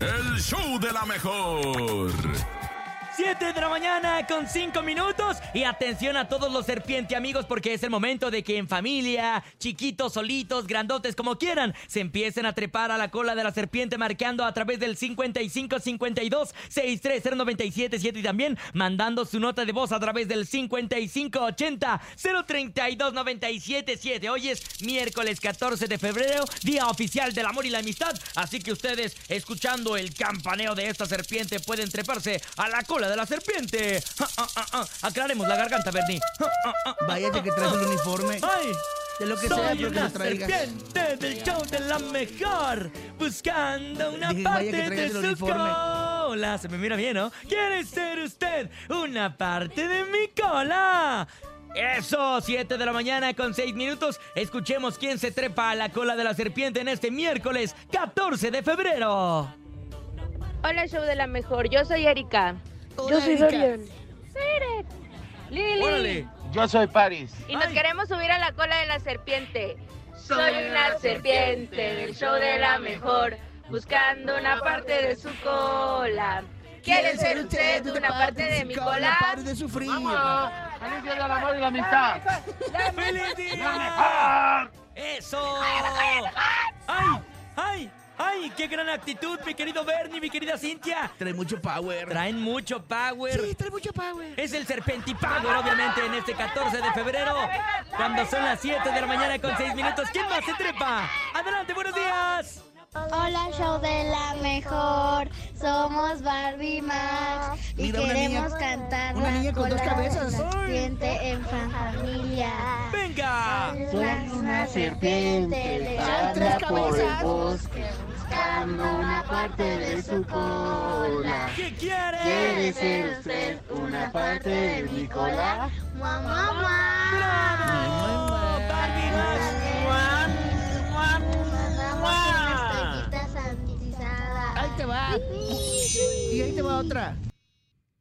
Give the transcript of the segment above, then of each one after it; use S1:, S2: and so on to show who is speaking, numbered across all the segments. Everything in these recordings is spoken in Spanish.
S1: el show de la mejor.
S2: 7 de la mañana con 5 minutos y atención a todos los serpiente amigos porque es el momento de que en familia, chiquitos, solitos, grandotes, como quieran, se empiecen a trepar a la cola de la serpiente marcando a través del 5552 63097 y también mandando su nota de voz a través del 5580 032 Hoy es miércoles 14 de febrero, día oficial del amor y la amistad, así que ustedes escuchando el campaneo de esta serpiente pueden treparse a la cola de la serpiente. Ja, ah, ah, ah. Aclaremos la garganta, Bernie. Ja, ah, ah, ah,
S3: Váyate que traes
S2: ah.
S3: el uniforme.
S2: ¡Ay!
S3: De lo que sea,
S2: Soy
S3: pero que
S2: una
S3: lo traigas.
S2: serpiente del show de la mejor, buscando una
S3: Dije,
S2: parte
S3: vaya que
S2: de
S3: traigas el
S2: su
S3: uniforme.
S2: cola. Se me mira bien, ¿no? ¿Quiere ser usted una parte de mi cola? Eso, 7 de la mañana con 6 minutos. Escuchemos quién se trepa a la cola de la serpiente en este miércoles 14 de febrero.
S4: Hola, show de la mejor. Yo soy Erika.
S5: Yo soy Dorian.
S4: Lili.
S2: ¡Órale!
S6: Yo soy Paris.
S4: Y nos
S2: Ay.
S4: queremos subir a la cola de la serpiente. Soy una serpiente del show de la mejor, buscando una parte de su cola. ¿Quiere ser usted una parte de mi cola?
S3: Parte de su frío.
S6: ¡Vamos! ¡Feliz día del amor y la amistad!
S2: ¡Feliz día!
S6: ¡Ah!
S2: ¡Eso! ¡Ay! ¡Ay! ¡Ay! ¡Qué gran actitud, mi querido Bernie, mi querida Cintia!
S3: Trae mucho power.
S2: Traen mucho power.
S3: Sí, trae mucho power.
S2: Es el serpentipago, obviamente, en este 14 de febrero, cuando son las 7 de la mañana con 6 minutos. ¿Quién más se trepa? ¡Adelante, buenos días!
S5: Hola, show de la mejor. Somos Barbie y Max y
S3: Mira, una
S5: queremos
S3: niña-
S5: cantar
S3: una
S5: la
S3: niña con dos
S5: cola
S3: cabezas.
S5: de la
S3: ¡Ay!
S5: serpiente en familia.
S2: ¡Venga!
S5: Soy una serpiente,
S3: anda por el
S5: bosque, buscando una parte de su cola.
S2: ¿Qué quiere?
S5: ¿Quiere ser usted una parte de mi cola? ¡Mua, mua,
S2: ¡Bravo! ¡Barbie más!
S5: mua! Estrellita sanitizada.
S3: Ahí te va. Y ahí te va otra.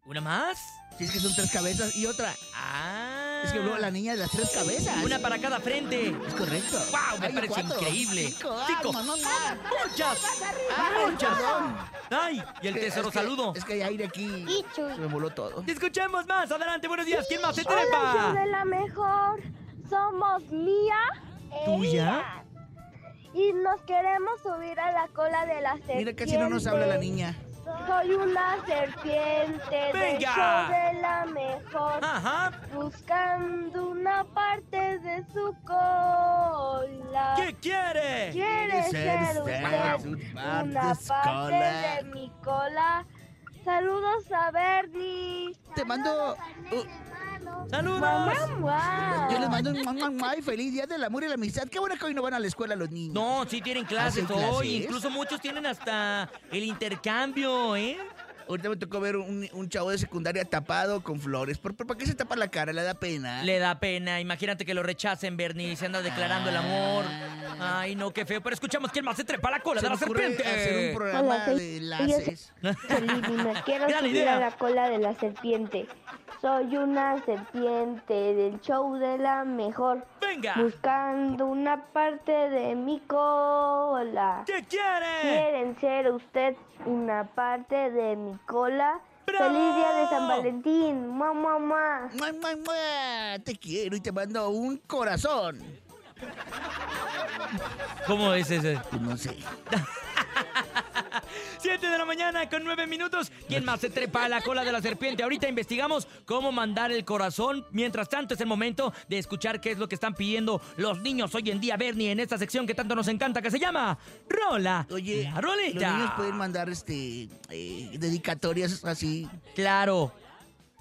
S2: ¿Una más?
S3: Si es que son tres cabezas y otra.
S2: ¡Ah!
S3: Es que luego la niña de las tres cabezas.
S2: Una para cada frente.
S3: Es correcto.
S2: ¡Wow! Me
S3: Ay,
S2: parece
S3: cuatro,
S2: increíble.
S3: Cinco.
S2: Cinco.
S3: vamos, no, nada.
S2: ¡Muchas!
S3: Ay,
S2: ¡Muchas!
S3: perdón.
S2: ¡Ay! Y el
S3: Es que-
S2: tesoro
S3: es que-
S2: saludo.
S3: Es que hay aire aquí.
S5: Y chuy.
S3: Se me voló todo.
S2: Te escuchemos más. Adelante, buenos días. Pues, ¿Quién más se
S7: Hola, yo
S2: trepa?
S7: de la mejor. Somos Mía
S2: ¿Tuya?
S7: y nos queremos subir a la cola de la serpiente.
S3: Mira, casi no nos habla la niña.
S7: Soy una serpiente del
S2: Venga. Ah.
S7: show de la mejor,
S2: Ajá.
S7: buscando una parte de su cola.
S2: ¿Qué quiere?
S7: ¿Quiere
S3: Ser
S7: ser
S3: usted
S7: usted
S3: su parte
S7: una
S3: de su
S7: parte
S3: cola.
S7: de mi cola? Saludos a Bernie.
S3: Te mando. uh,
S2: ¡Saludos!
S7: Mamá.
S3: yo les mando un mua, mua, mua y feliz día del amor y la amistad. Qué bueno que hoy no van a la escuela los niños.
S2: No, sí tienen clases
S3: ¿Hacen
S2: hoy.
S3: clases?
S2: Incluso muchos tienen hasta el intercambio, ¿eh?
S3: Ahorita me tocó ver un, un chavo de secundaria tapado con flores. ¿Por, por, para qué se tapa la cara? Le da pena.
S2: Le da pena. Imagínate que lo rechacen, Bernie. Se anda declarando el amor. Ay, no, qué feo. Pero escuchamos quién más se trepa a la cola
S3: Ah. Se
S2: de la
S3: me ocurre hacer un
S2: serpiente.
S3: programa
S7: Hola, soy-
S3: de enlaces.
S7: Felina, quiero
S2: Gran
S7: subir
S2: idea.
S7: a la cola de la serpiente. Soy una serpiente del show de la mejor,
S2: Venga.
S7: buscando una parte de mi cola.
S2: ¿Qué quiere?
S7: ¿Quieren ser usted una parte de mi cola?
S2: ¡Bravo!
S7: ¡Feliz día de San Valentín! ¡Mua, mua, mua!
S3: Mua, mua, mua. Te quiero y te mando un corazón.
S2: ¿Cómo es ese?
S3: Pues no sé.
S2: 7 de la mañana con 9 minutos. ¿Quién más se trepa a la cola de la serpiente? Ahorita investigamos cómo mandar el corazón. Mientras tanto, es el momento de escuchar qué es lo que están pidiendo los niños hoy en día, Bernie, en esta sección que tanto nos encanta, que se llama Rola.
S3: Oye,
S2: la rolita.
S3: los niños pueden mandar este eh, dedicatorias así.
S2: Claro.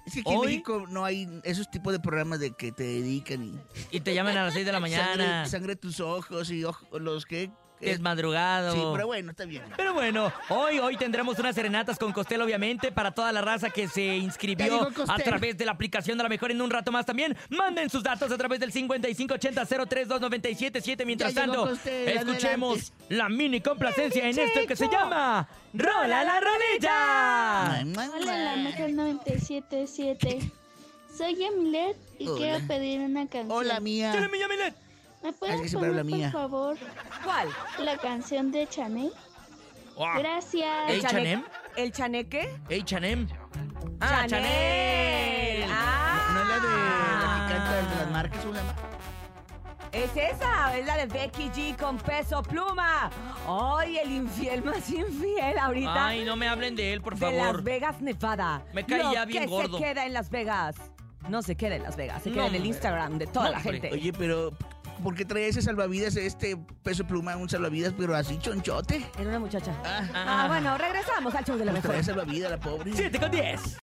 S3: Es que aquí en
S2: Hoy-
S3: México no hay esos tipos de programas de que te dedican y
S2: Y te llaman a las 6 de la mañana.
S3: Sangre, sangre tus ojos y ojo- los que eh,
S2: Es madrugado.
S3: Sí, pero bueno, está bien.
S2: Pero bueno, hoy, hoy tendremos unas serenatas con Costel, obviamente, para toda la raza que se
S3: Ya
S2: inscribió
S3: llegó Costel.
S2: a través de la aplicación de la mejor en un rato más también. Manden sus datos a través del 5580-032977. Mientras
S3: Ya llegó
S2: tanto,
S3: Costel,
S2: escuchemos la mini complacencia en esto que se llama Rola la Rolita.
S8: Hola, la mejor 977. Soy Emilet y
S3: Hola.
S8: quiero pedir una canción.
S3: Hola,
S2: Chale,
S3: mía.
S2: mi Yamilet.
S8: ¿Me
S3: Hay que
S8: puedes
S3: superar
S8: poner,
S3: la mía.
S8: por favor,
S4: ¿Cuál?
S8: la canción de Chanel?
S2: Ah,
S8: Gracias.
S2: Ey. ¿H&M?
S9: ¿El chaneque?
S2: H&M. Ah,
S9: Chanel.
S2: Chanel.
S9: Ah.
S3: No es la de la que canta el de las marcas, ¿cómo se llama?
S9: Es esa, es la de Becky G con peso pluma. Ay, el infiel más infiel ahorita.
S2: Ay, no me hablen de él, por
S9: de Las
S2: favor.
S9: Vegas, Nevada.
S2: Me cae
S9: Lo
S2: ya bien
S9: que
S2: gordo.
S9: se queda en Las Vegas. No se queda en Las Vegas, se queda
S2: No,
S9: en el
S2: hombre.
S9: Instagram de toda
S2: No,
S9: la
S2: hombre.
S9: gente.
S3: Oye, pero ¿por qué trae ese salvavidas, este peso pluma, un salvavidas, pero así chonchote?
S9: Era una muchacha.
S3: Ah,
S9: Ah, bueno, regresamos al show de la
S3: pues
S9: mejor.
S3: trae salvavidas, la pobre.
S2: 7 con 10.